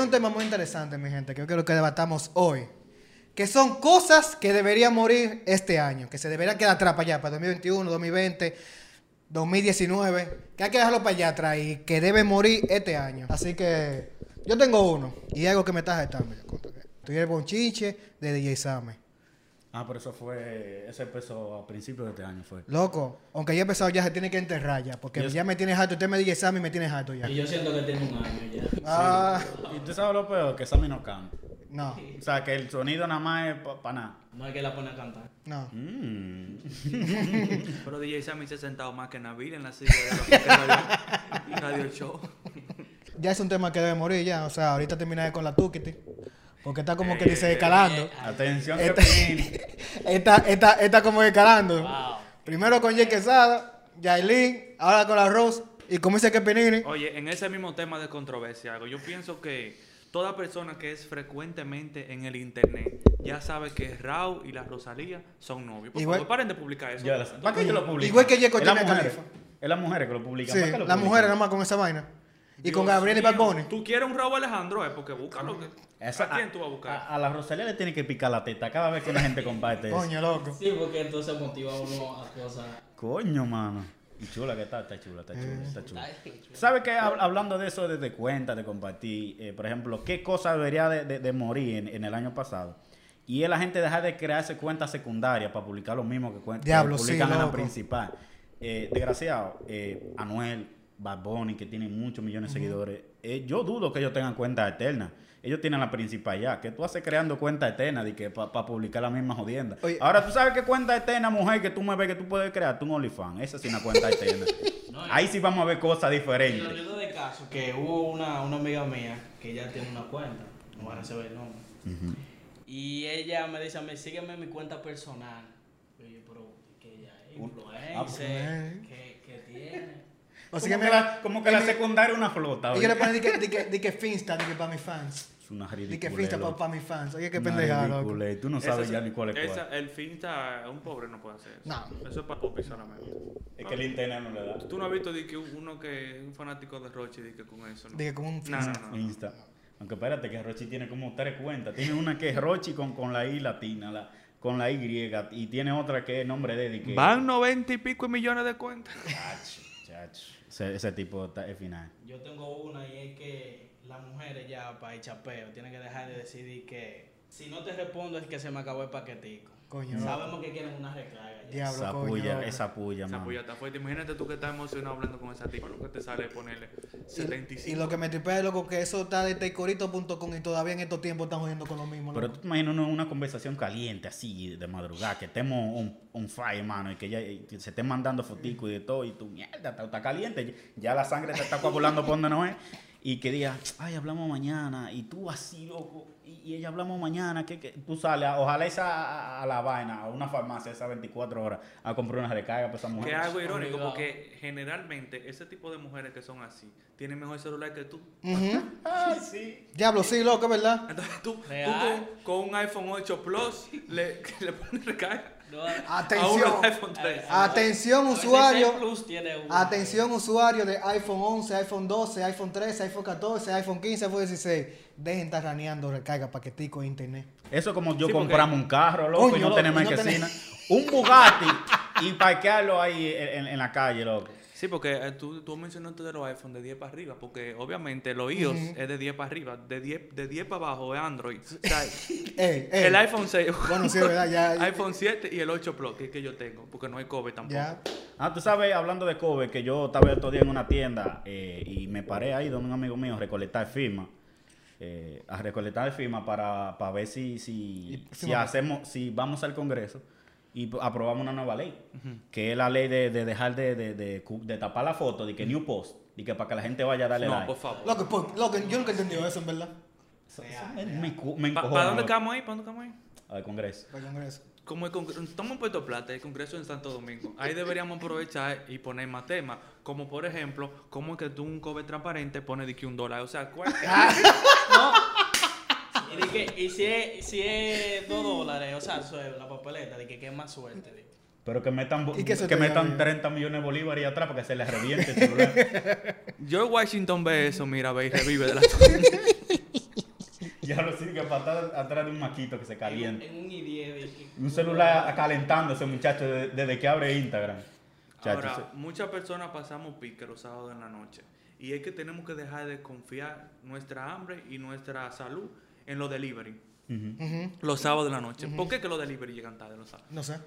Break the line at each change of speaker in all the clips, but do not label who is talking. un tema muy interesante, mi gente, que yo quiero que debatamos hoy. Que son cosas que deberían morir este año, que se deberían quedar atrás para allá, para 2021, 2020, 2019, que hay que dejarlo para allá atrás y que debe morir este año. Así que yo tengo uno y es algo que me está jetando. yo cuento que Estoy el bonchinche de DJ Same.
Ah, pero eso fue. Eso empezó a principios de este año, fue.
Loco, aunque ya he empezado ya, se tiene que enterrar ya, porque
Yo-
ya me tienes harto. Usted me DJ Same y me tienes harto ya.
Y yo siento que tengo un año ya.
Ah,
Y tú sabes lo peor, que Sammy no canta.
no,
O sea, que el sonido nada más es para nada.
No hay que la pone a cantar.
no.
Mm.
Pero DJ Sammy se ha sentado más que Nabil en la silla de la radio, radio Show.
Ya es un tema que debe morir ya. O sea, ahorita terminaré con la tuquiti. Porque está como que dice escalando.
Eh,
Atención, que
Está,
pin.
está, está, está como escalando.
ah, Wow.
Primero con Jay Quesada, Yailin, ahora con la Rose y como dice que Pinini.
Oye, en ese mismo tema de controversia, algo, yo pienso que toda persona que es frecuentemente en el internet ya sabe que Raúl y la Rosalía son novios. Por
Igual-
favor, paren de publicar eso.
Ya la- ¿Para qué yo lo publico?
Igual que Yeco
Es la
tiene
mujer.
Califa.
Es las mujeres que lo publican.
Sí,
¿Para qué lo
las
publican?
mujeres nomás con esa vaina. Y
Dios
con Gabriel y
mío,
Bad Bunny.
¿Tú quieres un Raúl Alejandro? Eh, porque búscalo. que-
Esa- ah,
¿A quién tú vas a buscar?
A, a la Rosalía le tiene que picar la teta cada vez que la gente comparte eso.
Coño, loco.
Sí, porque entonces motiva a uno a cosas.
Coño, mano. Y chula que está, está chula, está
Eh.
chula, está chula.
Ay,
¿Sabes qué? Hab- Hablando de eso, de, de cuentas, de compartir, eh, por ejemplo, ¿qué cosa debería de, de- de morir en, en el año pasado? Y es la gente dejar de crearse cuentas secundarias para publicar lo mismo que cuentas
Diablo, sí,
publican en la
loco.
principal. Eh, desgraciado, eh, Anuel, Bad Bunny, que tiene muchos millones de seguidores, eh, yo dudo que ellos tengan cuentas eternas. Ellos tienen la principal ya. que tú haces creando cuentas eternas de que para publicar la misma jodienda?
Oye.
Ahora, ¿tú sabes qué cuenta eterna, mujer, que tú me ves que tú puedes crear? Tú un OnlyFans. Esa sí es una cuenta eterna.
No,
eh.
Ahí sí vamos a ver cosas
Y lo
diferentes.
rindo de caso que hubo una, una amiga mía que ella tiene una cuenta, no van a saber el nombre. Y ella me dice a mí, sígueme en mi cuenta personal. Y yo, pero que ella es
Un-
influencer,
ah,
que, que tiene.
O sea
como, que
me-
la, como que la
me-
secundaria es una flota. oye.
Ellos le ponen di que, di que, di que Finsta, di que para mis fans.
Es una
Di que
ridiculez,
Finsta para
loco.
mis fans. Oye, qué
Una
pendejada, loco.
ridiculez. Tú no
Esa
sabes
sí-
ya ni cuál es cuál.
esa- El finta, un pobre no puede hacer eso.
No.
Eso es para popis solamente.
Es que el internet no le da.
Tú no has visto de que uno que es un fanático de Roche de que con eso, ¿no?
Di que con un
No, no, no, no.
Insta. Aunque espérate que Rochi tiene como tres cuentas. Tiene una que es Rochi con, con la I latina, la, con la Y. Y tiene otra que es nombre de... de que-
Van noventa y pico millones de cuentas.
Chacho, chacho. Ese, ese tipo está, es final.
Yo tengo una y es que las mujeres ya para el chapeo tienen que dejar de decidir que si no te respondo es que se me acabó el paquetico.
Coño.
Sabemos que quieren una recarga. ya.
Diablo,
esa
coño,
puya,
loco.
esa puya,
Esa
mano.
puya está fuerte. Imagínate tú que estás emocionado hablando con esa tipa. Lo que te sale es ponerle
Y-
75.
Y lo que me tripea es loco que eso está de tecorito.com y todavía en estos tiempos están jodiendo con lo mismo.
Pero
loco.
tú te imaginas una, una conversación caliente así de madrugada, que estemos on, on fire, mano, y que ya y que se estén mandando fotico y de todo, y tu mierda, está, está caliente, ya la sangre te está coagulando por donde no es, y que diga, ay, hablamos mañana, y tú así, loco, y, y ella hablamos mañana, que, que tú sales, a- ojalá esa a, a la vaina, a una farmacia, esas 24 horas, a comprar una recarga para esa
Que
mujer.
es algo irónico
Obligado.
porque generalmente ese tipo de mujeres que son así tienen mejor celular que tú.
Ujú.
Ah,
Ay, sí.
Diablo, sí, loco, es verdad.
Entonces tú, tú
Real.
con, con un iPhone 8 Plus le, le pones recarga
No, eh,
a
Atención. Ah,
un iPhone 3.
Atención,
a veces
usuario.
el Plus tiene una.
Atención usuario de iPhone 11, iPhone 12, iPhone 13, iPhone 14, iPhone 15, iPhone 16. Dejen estar raneando recarga paquetico de internet.
Eso es como yo
Sí, porque-
compramos un carro, loco,
Coño,
y no
loco,
tenemos
y no
marquesina. Un Bugatti y parquearlo ahí en- en- en la calle, loco.
ah.
Sí, porque eh, tú, tú mencionaste de los iPhone de 10 para arriba, porque obviamente los iOS es de 10 para arriba, de 10, de 10 para abajo es Android. O sea,
Ey, ey.
el iPhone 6,
Eh. Bueno, sí, es verdad, ya-
iPhone 7 y el 8 Pro, que es que yo tengo, porque no hay COVID tampoco.
Ya.
Ah, tú sabes, hablando de Kobe, que yo estaba otro día en una tienda eh, y me paré ahí donde un amigo mío a recolectar firmas. eh, a recolectar firmas para, para ver si, si,
Y-
si
sí, mamá.
hacemos, si vamos al Congreso y p- aprobamos una nueva ley, que es la ley de, de dejar de, de, de cu- de tapar la foto, de que New Post, y que para que la gente vaya a darle
no, pues,
like.
por favor.
Loco, por- loco, yo nunca he entendido eso, en verdad.
Eso- eso me- me encu- me
¿Para
encojona,
dónde
loco.
estamos ahí? ¿Para dónde estamos ahí?
Al Congreso.
Para el Congreso.
Como el congreso, estamos en Puerto Plata, el congreso en Santo Domingo. Ahí deberíamos aprovechar y poner más temas. Como por ejemplo, cómo es que tú un cover transparente pones de que un dólar. O sea, ¿cuál?
Y, de que- y si es, si es 2 dólares, o sea, eso es la papeleta, de que, que es más suerte. de-
Pero que metan, bo-
¿Y qué se
que
te
metan
llama?
30 millones de bolívares ahí atrás para que se les reviente el celular.
Yo en Washington ve eso, mira, ve y revive de la
Ya lo sí, que patada atrás de un maquito que se calienta.
En, en un i10. de que-
Un celular calentándose, muchacho, de- desde que abre Instagram. Chacho,
Ahora, muchas personas pasamos pique los sábados en la noche. Y es que tenemos que dejar de confiar nuestra hambre y nuestra salud en los delivery.
se- Ujú.
Ujú,
Los sábados de la noche. ¿Por qué que los delivery llegan tarde los sábados?
No sé.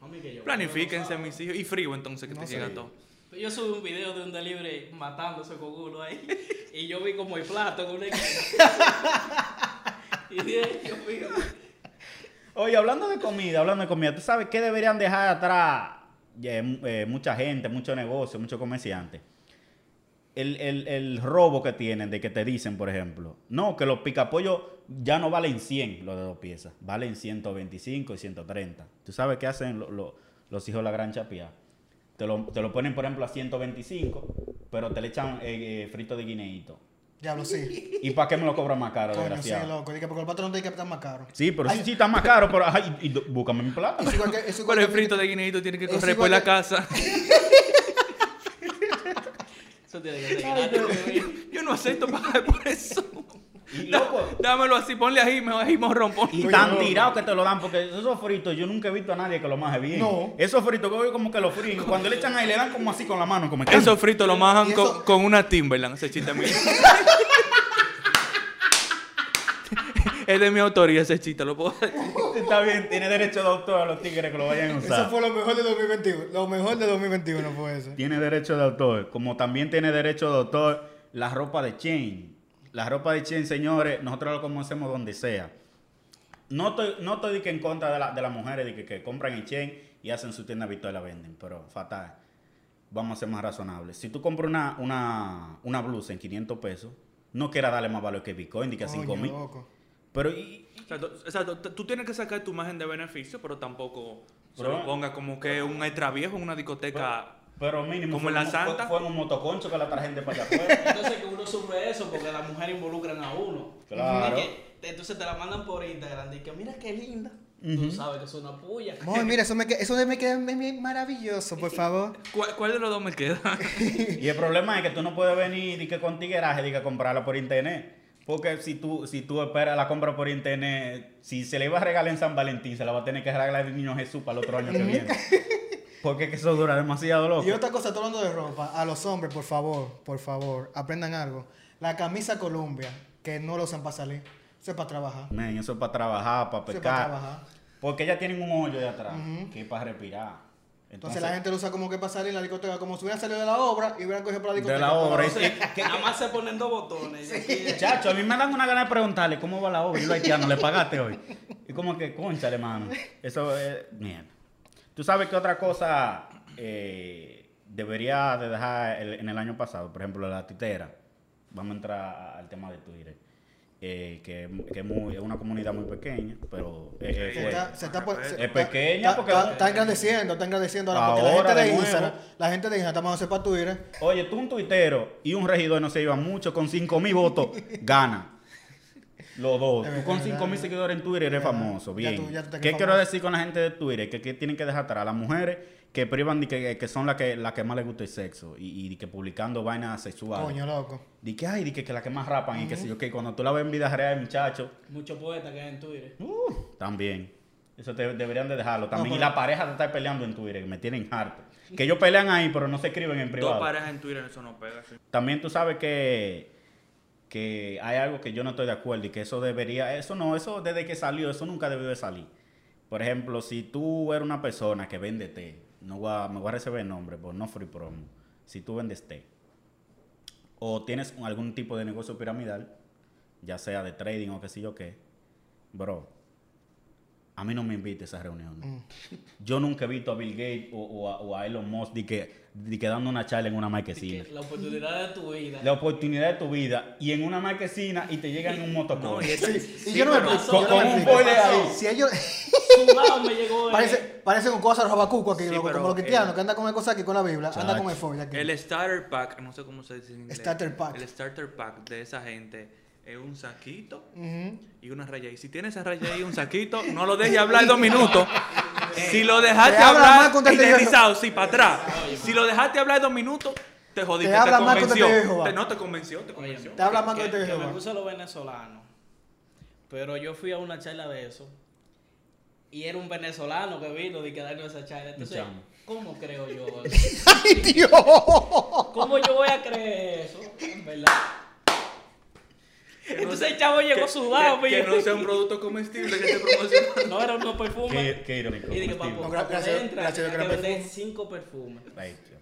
Mami, que yo-
Planifíquense, mis hijos. Y frío, entonces, que
No
te
sé.
llega todo.
Yo subí un video de un delivery matándose con uno ahí. Y yo vi como el plato con una esquina. Y dije, yo vi.
Oye, hablando de comida, hablando de comida, ¿tú sabes qué deberían dejar atrás Ya, eh, eh, mucha gente, muchos negocios, muchos comerciantes? El, el- el robo que tienen de que te dicen, por ejemplo, no, que los picapollos ya no valen 100 los de dos piezas, valen 125 y 130. ¿Tú sabes qué hacen lo- lo- los hijos de la gran chapia? Te lo, te lo ponen, por ejemplo, a 125, pero te le echan eh, eh, frito de guineíto.
Diablo, sí.
¿Y para qué me lo cobran más caro,
Coño, sí,
desgraciado?
loco. Dije, porque el patrón tiene que estar más caro.
Sí, pero
Ay,
sí, sí, está más caro, pero ay, y, do- búscame mi plata.
Es igual que. Es igual
Pero el
que-
frito de guineito tiene que
Es
correr
igual
por la
que-
casa.
Eso tiene que ser gratis, güey.
Yo no acepto pagar por eso.
Y loco,
Dámelo así, ponle ají, me ají morrón. ponle.
Y
Coño,
tan
loco.
tirado que te lo dan, porque esos fritos yo nunca he visto a nadie que lo maje bien.
No.
Esos fritos que yo como que los fríen. Cuando le echan ahí, le dan como así con la mano, como que-
Esos fritos lo
Y
majan
eso-
con, con una Timberland, ese chiste mío. Este es de mi autoría ese chiste, lo puedo decir.
Está bien, tiene derecho de autor a los tigres que lo vayan a usar.
Eso fue lo mejor de 2021. Lo mejor de 2021 fue eso.
Tiene derecho de autor. Como también tiene derecho de autor la ropa de Chain. La ropa de Chain, señores, nosotros lo conocemos donde sea. No estoy, no estoy de que en contra de, la- de las mujeres de que, que compran en Chain y hacen su tienda virtual y la venden, pero fatal. Vamos a ser más razonables. Si tú compras una, una, una blusa en 500 pesos, no quieras darle más valor que Bitcoin, ni que a 5
Coño,
mil.
loco.
Pero, y- y-
Exacto, exacto, t- tú tienes que sacar tu imagen de beneficio, pero tampoco se
Pero-
lo ponga como que un extra viejo en una discoteca.
pero mínimo.
Como
fue
en la
un-
Santa.
Fue, fue un motoconcho que la traje gente para allá afuera.
Entonces que uno sufre eso porque las mujeres involucran a uno.
Claro.
Y que te- entonces te la mandan por Instagram y que mira qué linda. Tú sabes que es una puya.
Mor, mira, eso me, que- eso me queda me- me- maravilloso, por favor.
¿Cuál, cuál de los dos me queda?
Y el problema es que tú no puedes venir di que con tigueraje di que comprarla por internet. Porque si tú, si tú esperas la compra por internet, si se le iba a regalar en San Valentín, se la va a tener que regalar el niño Jesús para el otro año que viene. Porque es que eso dura demasiado loco.
Y otra cosa, estoy hablando de ropa. A los hombres, por favor, por favor, aprendan algo. La camisa Columbia, que no lo usan para salir, eso es para trabajar.
Men, eso es para trabajar, para
Eso
pecar.
es para trabajar.
Porque ellas tienen un hoyo de atrás, que es para respirar.
Entonces, la gente lo usa como que para salir en la discoteca, como si hubieran salido de la obra y hubieran cogido para la
De
discoteca.
la obra,
Pero-
es- es-
Que nada más se ponen dos botones. eh. Yo quiero-
Chacho, a mí me dan una gana de preguntarle cómo va la obra y los haitianos, ¿le pagaste hoy? Y como que, conchale, hermano. Eso es mierda. Tú sabes que otra cosa eh, debería de dejar el- en el año pasado, por ejemplo, la titera. Vamos a entrar al tema de Twitter. eh, que que es, muy- es una comunidad muy pequeña, pero eh, eh,
se
fue-
está, se está, por- se-
Es
está-
pequeña
está-
porque-
está, está engrandeciendo, está engrandeciendo ahora, porque la gente
Ahora, de
de,
nuevo.
Instagram, la gente de Instagram está mandándose para Twitter.
Oye, tú un tuitero y un regidor no se llevan mucho, con 5 mil votos, gana. Los dos.
Es
Tú con
verdad,
5 mil
es verdad.
seguidores en Twitter eres
Ya,
famoso.
ya
Bien.
tú- ya tú te
¿Qué
crees
quiero
famoso.
decir con la gente de Twitter? Que, que tienen que dejar atrás a las mujeres que privan de que, que son las que, la que más les gusta el sexo y, y de que publicando vainas sexuales.
Coño, loco.
Di que ay, di que, que la que más rapan y que sé yo, que cuando tú la ves en vida real, muchacho,
Muchos poetas que hay en Twitter.
uh, también. Eso te- deberían de dejarlo también. Y
pero-
la pareja de estar peleando en Twitter, que me tienen harto. Que ellos pelean ahí, pero no se escriben en privado.
Dos parejas en Twitter, eso no pega. sí.
También tú sabes que, que hay algo que yo no estoy de acuerdo y que eso debería, eso no, eso desde que salió, eso nunca debió de salir. Por ejemplo, si tú eres una persona que vende té, no voy a- me voy a recibir el nombre, pero no free promo, si tú vendes té o tienes un- algún tipo de negocio piramidal, ya sea de trading o qué sé yo qué, bro, a mí no me invites a esas reuniones. Yo nunca he visto a Bill Gates o, o a, o a Elon Musk di que, di que dando una charla en una marquesina
Que La oportunidad de tu vida.
la oportunidad de tu vida y en una marquesina y te llegan en un
No,
motoconcho.
y ese-
Y
sí,
yo no me
pero-
explico,
con-
yo no me
con un
explico.
boiler ahí.
Si ellos.
Sudado me llegó el-
Parece, parecen con cosas robacuco aquí,
Sí,
loco,
pero
como los cristianos,
el-
que andan con el cosa aquí con la Biblia, anda
Chacho.
con el foil aquí.
El starter pack, no sé cómo se dice en inglés.
Starter pack.
El starter pack de esa gente es un saquito
Ujú.
y una raya. Y si tienes esa raya y un saquito, no lo dejes hablar dos minutos. Si lo dejaste
Eh, Te habla más
hablar
con testigo de
idealizado, sí, para atrás. Si lo dejaste hablar dos minutos, te jodiste,
Te habla más con
convenció.
testigo de Jehová.
Te- no te convenció, te
Oye,
convenció.
Te habla más
que,
con este
que me
Jehová.
puse los venezolanos. Pero yo fui a una charla de eso. Y era un venezolano que vino de quedarnos esa charla. Entonces,
chamo.
¿cómo creo yo?
¡Ay, Dios!
¿Cómo yo voy a creer eso? ¿Verdad? Entonces el chavo llegó sudado.
que, que
pillo.
no sea un producto comestible que te promociona.
No, era unos perfumes.
Qué, qué irónico.
Y dije,
comestible.
papo,
No, gra-
papo,
gracias-
entra,
gracias,
tenía
yo
que
creo que
vender cinco perfumes.
Eh,
Ay, tío.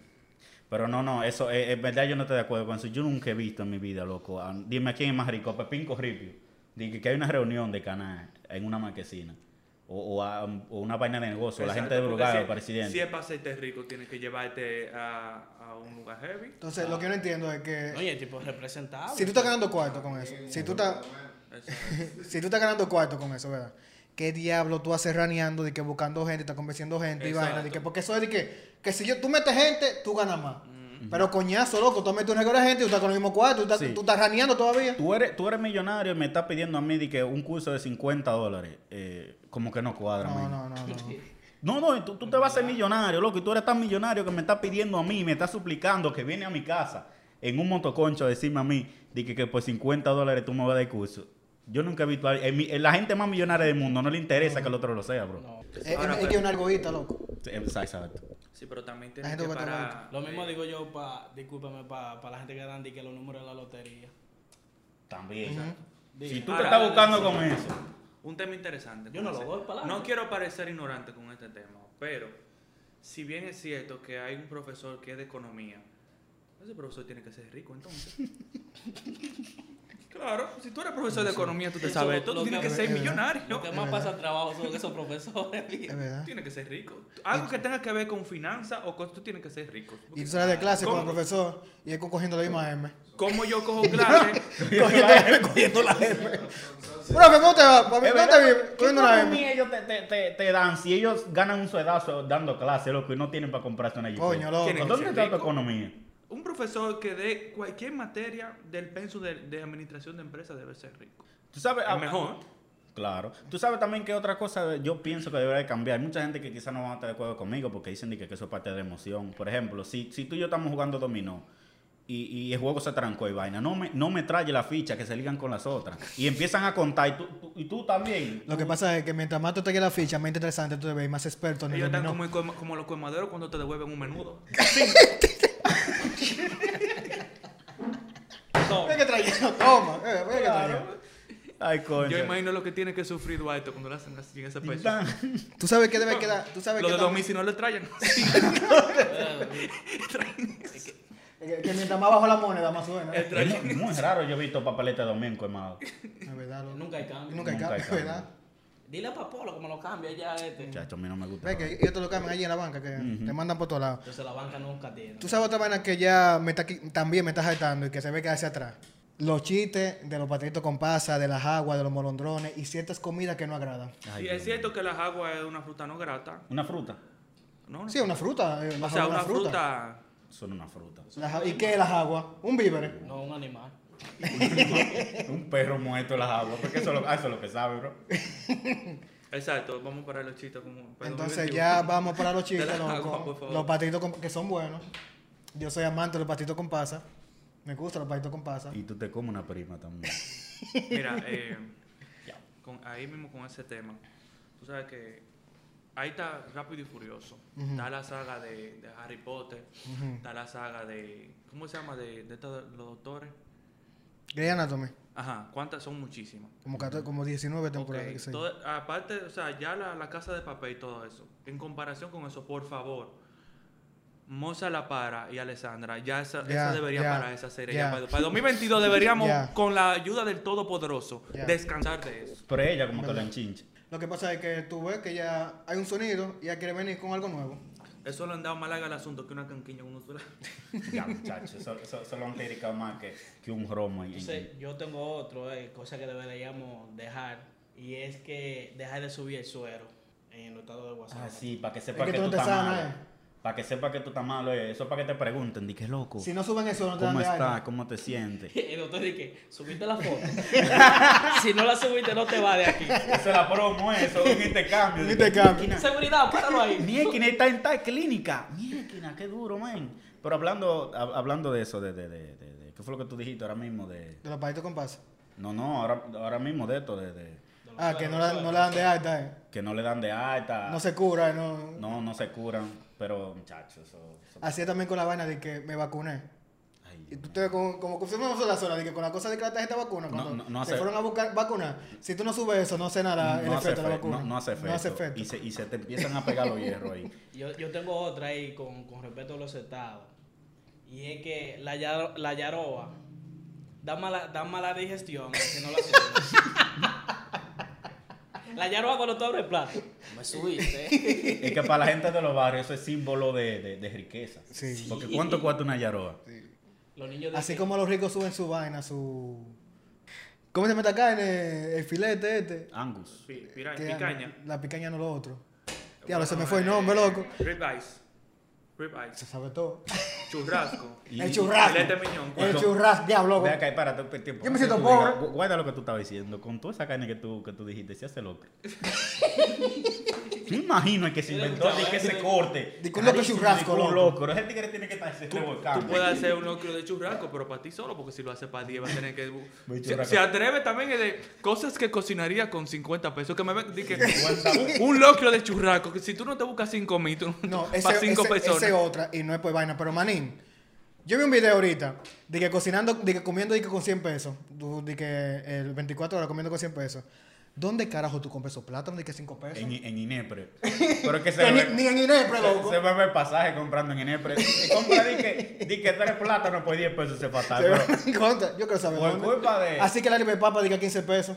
Pero no, no, eso eh, es verdad, yo no estoy de acuerdo con eso. Yo nunca he visto en mi vida, loco. a- dime quién es más rico, a Pepín Corripio. Dije que hay una reunión de canal en una marquesina. O, o a- o una vaina de negocio, la gente de
Exacto, porque
Bulgaria,
si-
el presidente.
Si es para hacerte rico, tienes que llevarte a, a un lugar heavy.
Entonces, lo que yo no entiendo es que.
Oye, el tipo representado.
Si tú estás ganando cuarto con eso, si tú estás,
Exacto.
si tú estás ganando cuarto con eso, ¿verdad? ¿Qué diablo tú haces raneando de que buscando gente, estás convenciendo gente y vaina? De
Exacto.
que, porque eso es de que, que si yo, tú metes gente, tú ganas más. Pero coñazo, loco, tú metes un regalo de gente y tú estás con el mismo cuarto, tú estás,
Sí.
tú estás raneando todavía.
Tú eres, tú eres millonario y me estás pidiendo a mí de que un curso de 50 dólares. eh, como que no cuadra,
No,
man.
no, no, no.
No, no, y tú, tú te vas a ser millonario, loco, y tú eres tan millonario que me estás pidiendo a mí, me estás suplicando que viene a mi casa en un motoconcho a decirme a mí de que, que por 50 dólares tú me vas a dar curso. Yo nunca he visto a en mi- en la gente más millonaria del mundo, no le interesa que el otro lo sea, bro.
No.
Es, es-
Ahora, pues.
es
pero-
que es una argollita, loco.
Sí, Exacto.
Sí, pero también
eh, La
tienes
gente busca
que parar.
Lo mismo
eh,
digo yo, pa, discúlpame, para la gente que dan di que los números de la lotería.
También.
Digo,
Si tú te
Ahora,
estás buscando con eso.
Un tema interesante.
Yo no lo
ese.
doy para
No
adelante.
quiero parecer ignorante con este tema, pero si bien es cierto que hay un profesor que es de economía, ese profesor tiene que ser rico entonces. claro, si tú eres profesor de economía, tú te
Eso
sabes
lo-
todo,
lo
tú tienes
que-
que ser
es verdad.
Lo
millonario.
que más pasa trabajo son esos profesores.
Es
viejo.
verdad.
Tienes que ser rico. Algo que tenga que ver con finanzas o cosas, tú tienes que ser rico.
Y tú sales de clase con el
¿Cómo?
profesor y él co- cogiendo la misma M.
¿Cómo yo cojo clases?
Cogiendo la M, cogiendo la M. Profe, ¿cómo te va? Pa-
Es
¿Cómo
verdad,
te
¿qué
vi? Cogiendo la M.
economía ellos te, te- te- te dan? Si ellos ganan un sueldazo dando clase, loco, y no tienen para comprarse una
Coño,
Jeep.
loco.
Tiene que
¿Dónde
ser
está tu
rico.
economía?
Un profesor que dé cualquier materia del pensum de, de administración de empresa debe ser rico.
Tú sabes,
Es
ah,
mejor.
Claro. Tú sabes también que otra cosa yo pienso que debería de cambiar. Hay mucha gente que quizás no van a estar de acuerdo conmigo porque dicen de que, que eso es parte de la emoción. Por ejemplo, si, si tú y yo estamos jugando dominó y, y el juego se trancó y vaina, no me, no me trae la ficha que se ligan con las otras. Y empiezan a contar y tú, tú- y tú también.
Lo que pasa es que mientras más tú te la ficha, más interesante tú te ves y más experto en el
Ellos están
dominó.
como, el colma- como los colmaderos cuando te devuelven un menudo.
Mira que trayendo, toma. eh, mira que trayendo.
Ay, coño.
Yo imagino pues, lo que tiene que sufrir Duarte cuando le hacen así en ese
Y
pecho.
tan-
Tú sabes que debe quedar. Tú sabes
Lo
que,
de los
tam-
mil si no le traen.
que- que mientras más bajo la moneda, más suena.
El
Es
tra-
Es muy, muy raro yo he visto papeleta de domingo, hermano.
verdad, loco.
Nunca hay cambio.
Nunca hay
Nunca hay
cambio,
cambio.
¿verdad?
Dile a Papolo como lo cambia ya este.
Chacho, a mí no me gusta.
Ve que ellos te lo cambian allí en la banca, que te mandan por todos lados.
Entonces la banca nunca tiene.
Tú sabes otra vaina que ya me está qui- también me está saltando y que se ve que hacia atrás. Los chistes de los patitos con pasa, de las aguas, de los molondrones y ciertas comidas que no agradan.
Ay,
Y
Dios
es cierto que las aguas es una fruta no grata.
mío. Una fruta.
No, no.
Sí, una fruta. eh,
o
las
sea,
aguas,
una fruta.
Son una fruta.
Las a- ¿Y qué es las aguas? Un víver.
No, un animal.
Un perro muerto en las aguas. Porque eso es lo, ah, eso es lo que sabe, bro.
Exacto, vamos para los chistes como. para
Entonces
2021.
ya vamos para los
De
chistes,
las aguas,
loco.
por favor.
Los patitos con- que son buenos. Yo soy amante de los patitos con pasa. Me gustan los patitos con pasa.
Y tú te comes una prima también.
Mira, eh, con, ahí mismo con ese tema, tú sabes que ahí está Rápido y Furioso, está la saga de, de Harry Potter, está la saga de, ¿cómo se llama? De, de estos- los doctores.
Grey Anatomy.
Ajá, ¿cuántas? Son muchísimas.
Como, 14 como 19 temporadas.
Ok,
qué sé yo.
todo- aparte, o sea, ya la, la casa de papel y todo eso, en comparación con eso, por favor, Moza La Para y Alessandra, ya esa,
Ya,
esa debería
ya,
parar esa serie.
ya.
ya para, para 2022 deberíamos,
Ya.
con la ayuda del Todopoderoso,
Ya.
descansar de eso.
Pero ella como que lo enchincha.
Lo que pasa es que tú ves que ya hay un sonido y ya quiere venir con algo nuevo.
Eso le han dado más larga al asunto que una canquiña a uno sola.
Ya, muchachos, eso, eso, eso lo han criticado más que, que un romo. ahí.
Entonces yo tengo otro, eh, cosa que deberíamos dejar. Y es que dejar de subir el suero en el estado de WhatsApp.
ah, sí, para que sepa
que
que,
tú
tú
no te
estás
sanas,
malo.
eh.
Para que sepa que tú estás malo. eh. Eso es para que te pregunten, di que loco.
Si no suben eso, no te dan
¿Cómo
de
estás?
alta.
¿Cómo te sientes?
El doctor dice, subiste la foto. si no la subiste, no te va de aquí.
Eso es la promo, eh, eso es un intercambio.
Un
Di que,
intercambio.
"Mierda,
Seguridad, páralo ahí.
Miequina está en tal clínica. Miequina, qué duro, man. Pero hablando, hab- hablando de eso, de, de, de, de- de- ¿qué fue lo que tú dijiste ahora mismo? De,
De los patitos con pasa.
No, no, ahora, ahora mismo de esto, de, de-
Ah, que no la, no la dan de alta, eh.
que no le dan de alta.
No se cura, eh, no.
No, no se curan, pero muchachos, eso... eso-
Así es también con la vaina de que me vacuné.
Ay,
Y
Dios
tú
mío.
te ves como, como confirmamos la zona, de que con la cosa de que la tarjeta vacuna,
No,
cuando
no, no
se
hace-
fueron a buscar vacuna, si tú no subes eso, no hace nada el
no, hace
efecto de la
efecto,
vacuna.
no, no hace efecto.
No hace efecto.
Y se, y se te empiezan a pegar los hierros ahí.
Yo, yo tengo otra ahí con, con respecto a los estados. Y es que la, yaro- la yaroba da mala, da mala digestión si no la sirves. La yaroba cuando tú abres el plato. Me subiste.
Es que para la gente de los barrios eso es símbolo de, de- de riqueza.
Sí.
Porque ¿cuánto cuesta una yaroa?
Los niños de
Así como los ricos suben su vaina, su. ¿Cómo se mete acá en el, el filete este?
Angus.
Pi- pira-
Que-
Ah, picaña.
La picaña no lo otro. Diablo, se me
Bueno,
fue el
eh,
nombre, loco.
Rib eyes. Rib eyes.
Se sabe todo.
Churrasco.
Y-
el churrasco.
Filete miñón.
El
Cuando-
churrasco, diablo.
Ve acá, y párate un tiempo.
Yo me
Antes
siento
tú digas,
pobre.
gu- Guarda lo que tú estabas diciendo. Con toda esa carne que tú, que tú dijiste, se hace loco. Me imagino que se inventó de que
¿eh?
ese corte.
Di que un loco
Carísimo,
churrasco,
di que un
loco.
loco. Pero ese tigre tiene que estar
Tú
revolcando.
puedes hacer un locro de churrasco, pero para ti solo, porque si lo haces para 10 va a tener que... bu-
Muy
Se,
churrasco.
se atreve también es de cosas que cocinaría con 50 pesos. Que me ven- di que-
50 pesos.
un locro de churrasco. Que si tú no te buscas 5 mil, tú
No,
no,
ese,
para 5
ese-
personas.
ese otra, y no es por vaina, pero manín. Yo vi un video ahorita de que cocinando, de que comiendo de que con 100 pesos, du- de que el 24 horas comiendo con 100 pesos. ¿Dónde carajo tú compras esos plátanos de que 5 pesos?
En, en Inepre. Pero es que se
Que
ve-
ni, ni en Inepre, loco.
Se, se bebe pasaje comprando en Inepre. Y compra di que, di que tres plátanos por 10 pesos se fatal.
Se
Pero,
van a contar. Yo quiero saber.
Por
dónde.
culpa de-
Así que la libre papa diga 15 pesos.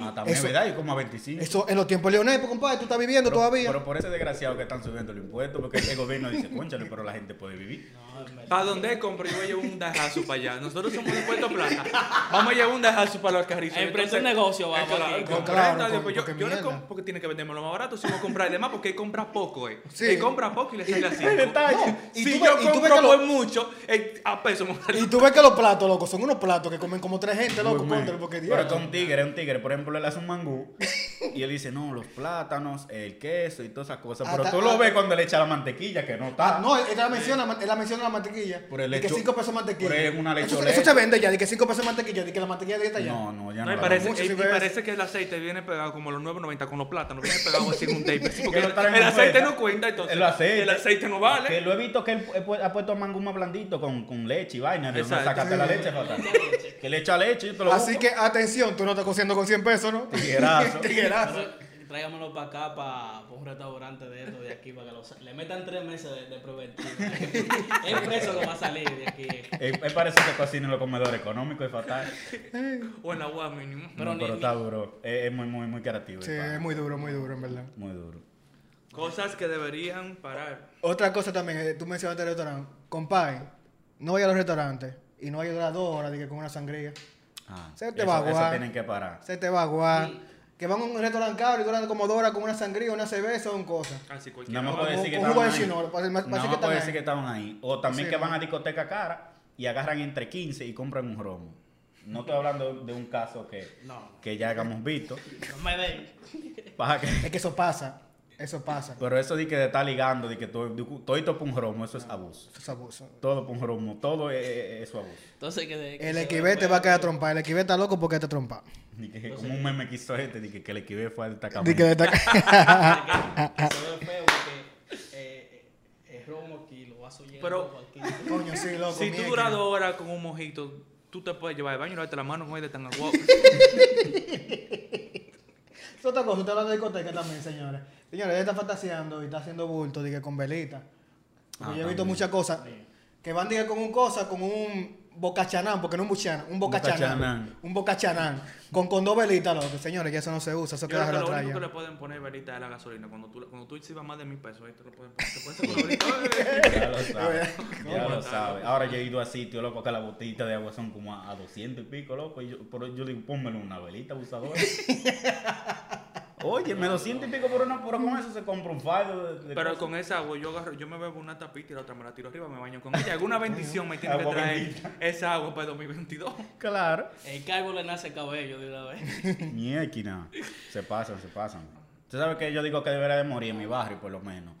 ah, también es
Eso-
verdad, yo como a 25.
Eso en los tiempos de Leonel, pues, compadre, tú estás viviendo
pero,
todavía.
pero por ese desgraciado que están subiendo los impuestos, porque el gobierno dice, conchale, pero la gente puede vivir.
No, en verdad.
¿Para dónde compré yo llevo un dajazo para allá? Nosotros somos de Puerto Plata. Vamos a llevar un dajazo para los carrizos.
Emprende un negocio, vamos
eh, claro,
aquí.
compré,
Claro,
tal,
con-
pues yo,
porque
yo le
mierda.
comp- porque tiene que venderme lo más barato. Si no comprar de más, porque él compra poco, eh.
Sí.
Él compra poco y le sale así.
No, y
si
tú
yo
ves- y tú ves
compro
que lo-
por mucho, eh, a peso me sale.
Y tú ves que los platos, loco, son unos platos que comen como tres gente, loco,
Gourmet.
contra, pues, porque
Pero
diablo.
es un tigre, es un tigre. Por ejemplo, él hace un mangú y él dice, no, los plátanos, el queso y todas esas cosas. Pero
Hasta-
tú lo
hasta-
ves cuando le echa la mantequilla, que no está.
Ah, no, él él la menciona, él la menciona la mantequilla.
Por el
de que
hecho-
5 pesos mantequilla.
por el- una
eso,
lechuleta.
eso se vende ya, de que 5 pesos mantequilla, de que la mantequilla de esta ya.
no, no, ya
No,
no.
y
la
parece,
mucho,
y-
sí,
y
pero-
parece que el aceite viene pegado como los 9.90 con los plátanos, viene pegado así en un tape. sí, porque
Que lo
el,
traen
el
en
aceite
oferta.
no cuenta, entonces
El aceite.
el aceite no
vamos. Que
vale.
lo he visto que él pu- pu- ha puesto mangú más blandito con, con leche y vaina. De
Exacto.
sacate la leche, fatal. Que le echa leche, yo te lo
Así
busco.
que atención, tú no estás cociendo con 100 pesos, ¿no?
Tiguerazo.
Tiguerazo.
Pero Tráigamelo para acá, para un restaurante de esto de aquí, para que los- le metan tres meses de, de preventivo. es preso que va a salir de aquí.
Él, Eh, él parece que cocina en los comedores económicos y fatal.
O en la agua mínimo.
Pero,
Pero ni-
pero está duro. Eh, Es, es muy, muy, muy creativo. el
Sí,
pana.
es muy duro, muy duro, en verdad.
Muy duro.
Cosas que deberían parar.
Otra cosa también, eh, tú mencionaste el restaurante. Compadre, no vaya a los restaurantes y no vaya a durar dos horas de que con una sangría.
Ah,
Se te
eso-
va a
Eso
aguar.
tienen que parar.
Se te va a aguar. Que van a un restaurante caro y duran como dos horas con una sangría, una cerveza, son cosas.
Así cualquiera.
No me puedo
un-
decir que
un
estaban
juego de pues,
ahí.
chinolo, parece-
Nada
parece
más
que
puedo
están
decir
ahí.
que estaban ahí. O también
Sí,
que
no.
van a discoteca cara y agarran entre 15 y compran un romo. No estoy hablando de un caso que,
No,
que ya hayamos visto.
no me den.
Para que-
Es que eso pasa, eso pasa.
pero eso de que te está ligando, de que todo, de que todo esto por un romo, eso es abuso.
Eso es abuso.
Todo por un romo, todo es, es- es su abuso.
Entonces, que de- que
El
se
equivete
vea,
va a quedar trompa. El equivete está loco porque te trompa.
Di que- como un meme que hizo este, de que, que el equivé fue al tacamón.
Di que le está-
Que se ve feo porque eh, eh, es romo aquí, lo vas oyendo
Pero-
por aquí.
Coño, sí, loco.
Si tú
mierda.
duras dos horas con un mojito, tú te puedes llevar al baño y lavarte las manos con el de tan agua.
Es otra cosa, usted habla de discoteca también, señores. Señores, él está fantaseando y está haciendo bulto, dije, con velita. Porque
Ah,
yo he visto
también.
muchas cosas que van, dije, con un cosa, con un bocachanán, porque no un buchanán, un bocachanán.
bocachanán.
Un bocachanán. Con, con dos velitas, loco. Señores, que eso no se usa, eso
Yo
queda
creo que
la
lo único que le
traya.
pueden poner velita es la gasolina. Cuando tú, cuando tú exhibas más de mil pesos, ahí te lo pueden poner. Te pueden hacer una velita.
Ya lo sabe. ya
¿Cómo
lo
está?
sabe. Ahora yo he ido a sitios, loco, que las botellitas de agua son como a, a 200 y pico, loco. Y yo, pero yo digo, pónmelo en una velita, abusador. Oye, me 200 y pico por una, pero con eso se compra un fallo. De, de
Pero
cosas.
con esa agua yo agarro, yo me bebo una tapita y la otra me la tiro arriba, me baño con ella. Alguna bendición me tiene que
Agua
traer
bendita.
esa agua para 2022.
Claro.
El cargo le nace el cabello de una vez.
Miequina. Se pasan, se pasan. Tú sabes que yo digo que debería de morir en mi barrio, por lo menos.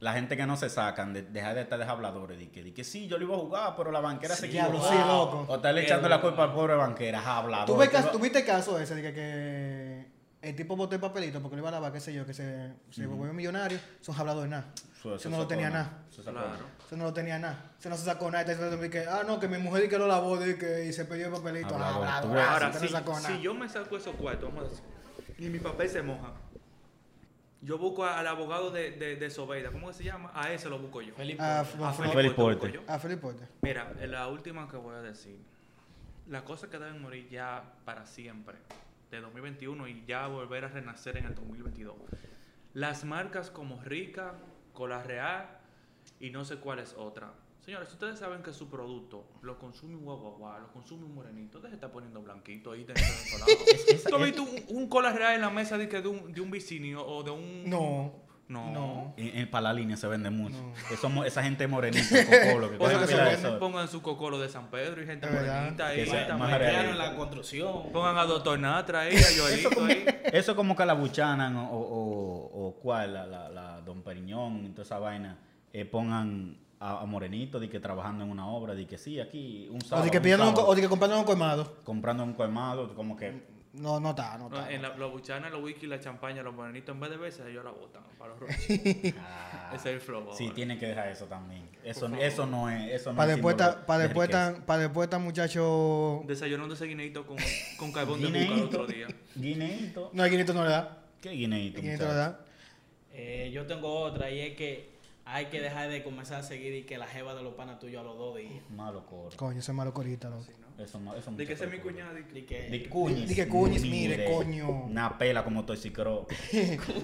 la gente que no se sacan, de, dejar de estar deshabladores, de que, de que sí, yo lo iba a jugar, pero la banquera se
Sí,
equivocó.
diablo, sí, loco.
O estarle
Qué
echando la
loco.
culpa al pobre banquera, ajá,
Ah,
hablador.
¿Tú ves
que
caso-
va-
¿Tuviste caso ese de que, que el tipo botó el papelito porque le iba a lavar, qué sé yo, que se, se volvió millonario? Son habladores nada.
Eso- eso
Eso no lo
sacó
tenía
nada.
nada.
Eso sacó
Claro.
nada.
Eso no lo tenía nada. Eso no se sacó nada. Entonces, entonces, que, ah, no, que mi mujer y que lo lavó di que, y se pidió el papelito. Ah,
Hablador, tú
hablador,
ves.
ah,
Ahora,
sí,
si,
que no sacó nada.
si yo me saco esos cuartos, vamos a decir, y mi papel se moja, yo busco a- al abogado de, de, de Sobeida, ¿cómo que se llama? A ese lo busco yo.
Felipe.
Ah,
A
Felipe-
Felipe
Felipe
lo busco
Porte.
yo.
Ah, Felipe Porte.
Mira, eh, la última que voy a decir. Las cosas que deben morir ya para siempre, de 2021 y ya volver a renacer en el 2022. Las marcas como Rica, Cola Real y no sé cuál es otra. Señores, ustedes saben que su producto lo consume un guaguaguá, lo consume un morenito, ustedes se está poniendo blanquito ahí dentro del solado. ¿Tú has visto un, un Cola Real en la mesa de, que de un, de un vicinio o de un...?
No.
No.
No.
En, en- para la línea se vende mucho.
No.
Eso mo- esa gente morenita, cocolo, que
Por eso
coge
que se
pila de
vende
sol.
Pongan su cocolo de San Pedro y gente
Es verdad.
morenita ahí.
Que sea
también.
más
Claro,
realista.
en la construcción.
Pongan a Doctor Natra ahí, a Joelito ahí.
Eso como que la buchanan o, o, o, o cuál, la, la, la Don Periñón y toda esa vaina, eh, pongan a, a Morenito de que trabajando en una obra, de que sí, aquí un
O
sábado,
de que
un
pidiendo un co-
sábado,
o de que comprando un colmado.
comprando un colmado, como que
No, no está, no
No,
está.
en la, los buchanas, los whisky, la champaña, los morenitos, en vez de veces, ellos la botan para los rochos.
ah,
Ese es el flow.
sí,
ahora.
tienen que dejar eso también. Eso,
favor.
eso no es, eso no
Para
es
después,
símbolo
para
de
después,
riqueza.
tan, para después, tan muchacho.
Desayunando ese guineito con, con carbón de
Guineíto.
yuca el otro día.
Guineíto.
No, el guineito no le da.
¿Qué guineíto?
El guineito no le
muchacho?
da.
Eh, yo tengo otra y es que hay que dejar de comenzar a seguir y que la jeva de los panas tuyos a los dos días.
Malo coro.
Coño, ese es malo corita, loco.
Eso, ma- eso
De
muchacho
que ese es mi
coro.
cuñada. de que-
Y que-
De cuñis.
Di que cuñis, mire, coño.
Una pela como toxicro.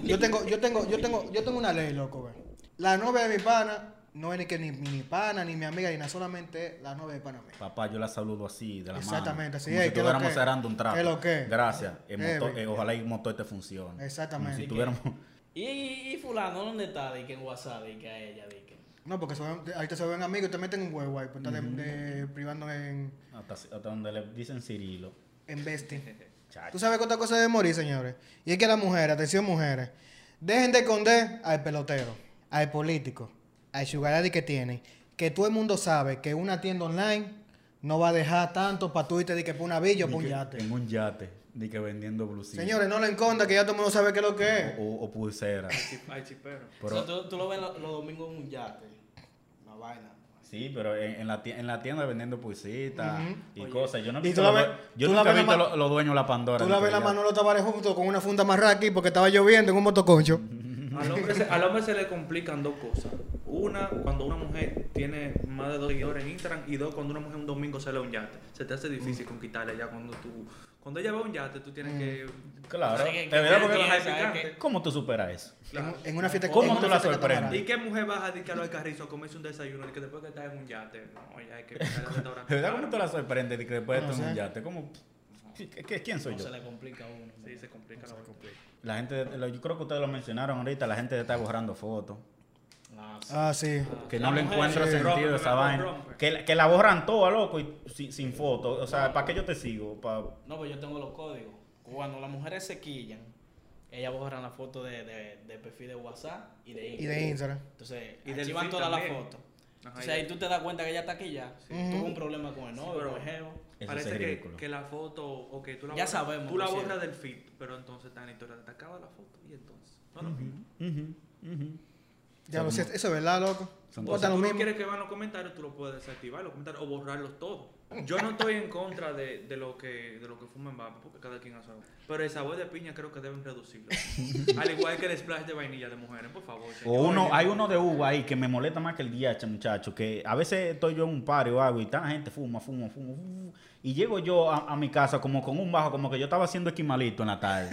Yo tengo, yo tengo, yo tengo, yo tengo una ley, loco, ve. La novia de mi pana no es ni que ni mi ni pana, ni mi amiga, ni nada, solamente es la novia de pana mía.
Papá, yo la saludo así, de la mano.
Exactamente, así
como
es,
Si
¿qué es lo
estuviéramos
que?
cerrando un trato.
¿Qué es lo que?
Gracias. El
Eh,
motor-
ve.
eh, ojalá el motor te funcione.
Exactamente.
Como si
¿Y
qué?
tuviéramos.
Y, y- y fulano, ¿dónde está? Di que en WhatsApp, di que a ella, di que.
No, porque se ven- ahorita se ven amigos y te meten un huevo ahí, pues estás de- de- privando en,
Hasta, hasta donde le dicen Cirilo.
en bestia.
Chacho.
Tú sabes que otra cosa debe morir, señores. Y es que las mujeres, atención mujeres, dejen de esconder al pelotero, al político, al sugar daddy que tienen. Que todo el mundo sabe que una tienda online no va a dejar tanto para tú irte de que por una villa o
Di
por un
que-
yate.
En un yate. Ni que vendiendo blusillas.
Señores, no lo enconda que ya todo el mundo sabe qué es lo que es.
O, o pulseras.
Chi- Ay, chipero.
Pero-
O sea, tú, tú lo ves lo- los domingos en un yate. Una vaina.
Sí, pero en, en la, tie- en la tienda venendo pulsitas y
Oye.
cosas. Yo, no he
Y
visto
tú la
los
ves-
due- yo
tú la
nunca he
ves la
visto
ma-
los los dueños de la Pandora.
Tú
ni
la
que
ves la
ya-
Manolo Tavares junto con una funda más aquí porque estaba lloviendo en un motoconcho.
Al hombre, se, al hombre se le complican dos cosas. Una, cuando una mujer tiene más de dos seguidores en Instagram. Y dos, cuando una mujer un domingo sale a un yate. Se te hace
Mm.
difícil conquistarle ya cuando tú... Cuando ella va a un yate, tú tienes que...
Claro.
O sea, que-
te veo
que-
porque-
que-
¿Cómo tú superas eso?
Claro.
En una fiesta
¿Cómo
en una
tú la
fiesta catamarán.
sorprendes?
¿Y qué mujer vas a dedicar al carrizo a comerse un desayuno? Y que después que estás en un yate, no, ya hay que buscar el
¿De verdad cómo
restaurante.
tú la sorprendes de que después de
No
tú en un
sé.
yate? ¿Cómo? ¿Qui- qui- ¿Quién soy
No
yo?
se le complica a uno.
Sí, se complica la vuelta.
La gente, de- lo- yo creo que ustedes lo mencionaron ahorita, la gente está borrando fotos.
Ah, sí.
Ah, sí.
Que
La
no le
mujer,
encuentro
sí.
sentido
Rompe,
a esa
mi amor,
vaina.
rompe.
Que, la- que la borran toda, loco, y sin, sin fotos. O sea, ¿para qué yo te sigo? Pa-
No, pues yo tengo los códigos. Cuando las mujeres se quillan, ellas borran la foto de, de, de perfil de WhatsApp y de
Y
Instagram.
de Instagram.
Entonces,
Y del
archivan
feed
todas las
también.
fotos.
Ajá,
Entonces ahí tú te das cuenta que ella está aquí ya. Tuvo un problema con el novio,
pero-
con el jevo.
Eso sí es
Parece que,
ridículo.
que la foto, o que tú la
Ya
borras,
sabemos,
tú la
por
borras
cierto.
del feed, pero entonces está en la historia, te acaba la foto y entonces. No es lo mismo.
Ujú, ujú.
Ya lo
Son-
sé, eso es verdad, loco.
Son
O sea, lo
Si tú no
mismo.
quieres que van los comentarios, tú lo puedes desactivar, los comentarios, o borrarlos todos. Yo no estoy en contra de, de lo que de lo que fumen vape, porque cada quien hace algo. Pero el sabor de piña creo que deben reducirlo. Al igual que el splash de vainilla de mujeres, por favor.
O
señores.
uno, hay uno de uva ahí que me molesta más que el DH, muchacho. Que a veces estoy yo en un pario o algo y tanta gente fuma, fuma, fuma. fuma, y llego yo a, a mi casa como con un bajo, como que yo estaba haciendo esquimalito en la tarde.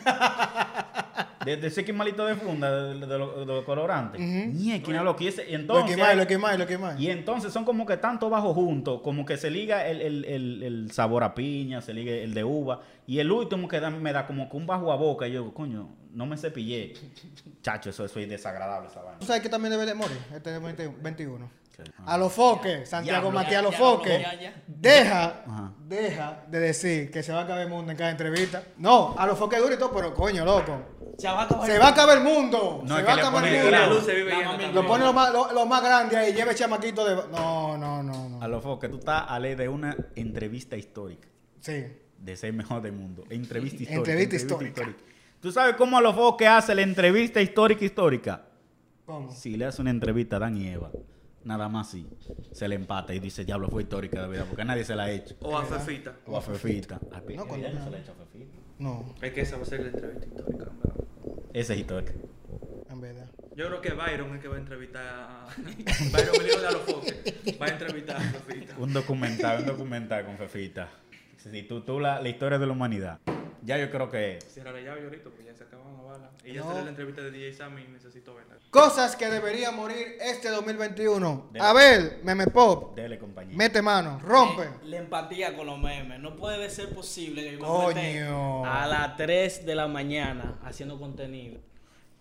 De, de ese esquimalito de funda, de, de, de lo- de los colorantes.
Ujú.
Ni esquina loco. Y, ese- y
Lo
entonces,
quemáis, lo quemáis, lo quemáis.
y entonces son como que tanto bajo juntos, como que se liga el, el- el- el sabor a piña, se liga el de uva. Y el último que da- me da como que un bajo a boca. Y yo, coño, no me cepillé. Chacho, eso, eso es desagradable esa vaina.
¿Tú sabes que también debe de morir? Este es 20 21.
Ah.
A los foques, Santiago
Diablo.
Matías, a los
Ya, ya,
foques.
ya, ya.
Deja,
Ajá.
deja de decir que se va a acabar el mundo en cada entrevista. No, a los foques duro y todo, pero coño, loco.
Se va a acabar.
Se va a acabar el mundo.
No,
se
es
va a
que le
acabar el
ponen el
mundo.
La
Claro.
luz se vive
La
llena
mami-
también.
Lo pone lo más, lo, lo más grande ahí, lleve chamaquito de. No, no, no,
A
no.
lo foco, que tú estás a ley de una entrevista histórica.
Sí.
de ser mejor del mundo. Entrevista histórica.
Entrevista histórica.
¿Tú sabes cómo a los focos que hace la entrevista histórica histórica?
¿Cómo?
Si le hace una entrevista a Dan y Eva, nada más sí, se le empata y dice, diablo, fue histórica de verdad, porque nadie se la ha hecho.
O a Fefita.
O a Fefita. A ti,
No, cuando
ella no
no.
se la ha hecho a Fefita.
No,
Es que esa va a ser la entrevista histórica. en verdad.
Esa es histórica.
en verdad.
Yo creo que Byron es que va a entrevistar a... Byron Melino de Alofoque. Va a entrevistar a Fefita.
Un documental, un documental con Fefita. Si tú, tú la, la historia de la humanidad. Ya yo creo que...
Cierra la llave ahorita, pues ya se acaban las balas. Y ya
No.
sale la entrevista de DJ Sammy y necesito verla.
Cosas que debería morir este 2021.
Dele.
A ver, Meme Pop,
Dele compañía.
mete mano, rompe.
Eh, La empatía con los memes. No puede ser posible que yo me
Coño.
mete a las 3 de la mañana haciendo contenido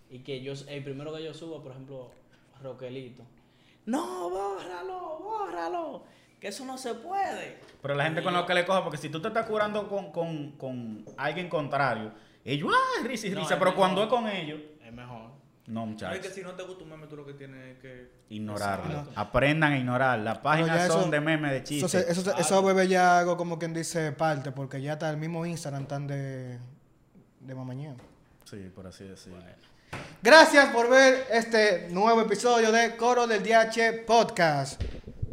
y que yo, el primero que yo suba, por ejemplo, Roquelito. No, bórralo, bórralo. Que eso no se puede.
Pero la gente con lo que le coja, porque si tú te estás curando con, con, con alguien contrario, ellos, ah, risa y
No,
risa,
es
pero
mejor.
cuando es con ellos,
Es mejor.
no,
No es que
muchachos.
si no te gusta un meme, tú lo que tienes es que...
Ignorarla.
Exacto.
Aprendan a ignorar. Las páginas
ya eso-
son de memes de
Eso, se-
chistes.
eso, se- eso bebe ya algo como quien dice parte, porque ya está el mismo Instagram tan de, de mamañeo.
Sí, por así decirlo.
Gracias por ver este nuevo episodio de Coro del DH Podcast,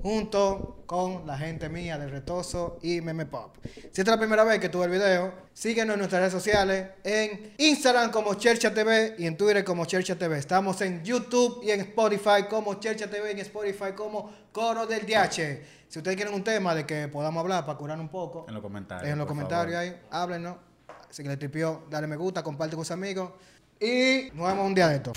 junto con la gente mía de Retoso y Meme Pop. Si esta es la primera vez que tuve el video, síguenos en nuestras redes sociales, en Instagram como Chercha TV y en Twitter como Chercha TV. Estamos en YouTube y en Spotify como Chercha TV y en Spotify como Coro del DH. Si ustedes quieren un tema de que podamos hablar para curar un poco,
En los comentarios.
Dejen los
por
comentarios
favor.
ahí, háblenos. Si que le tripió, dale me gusta, comparte con sus amigos. Y nos vemos un día de esto.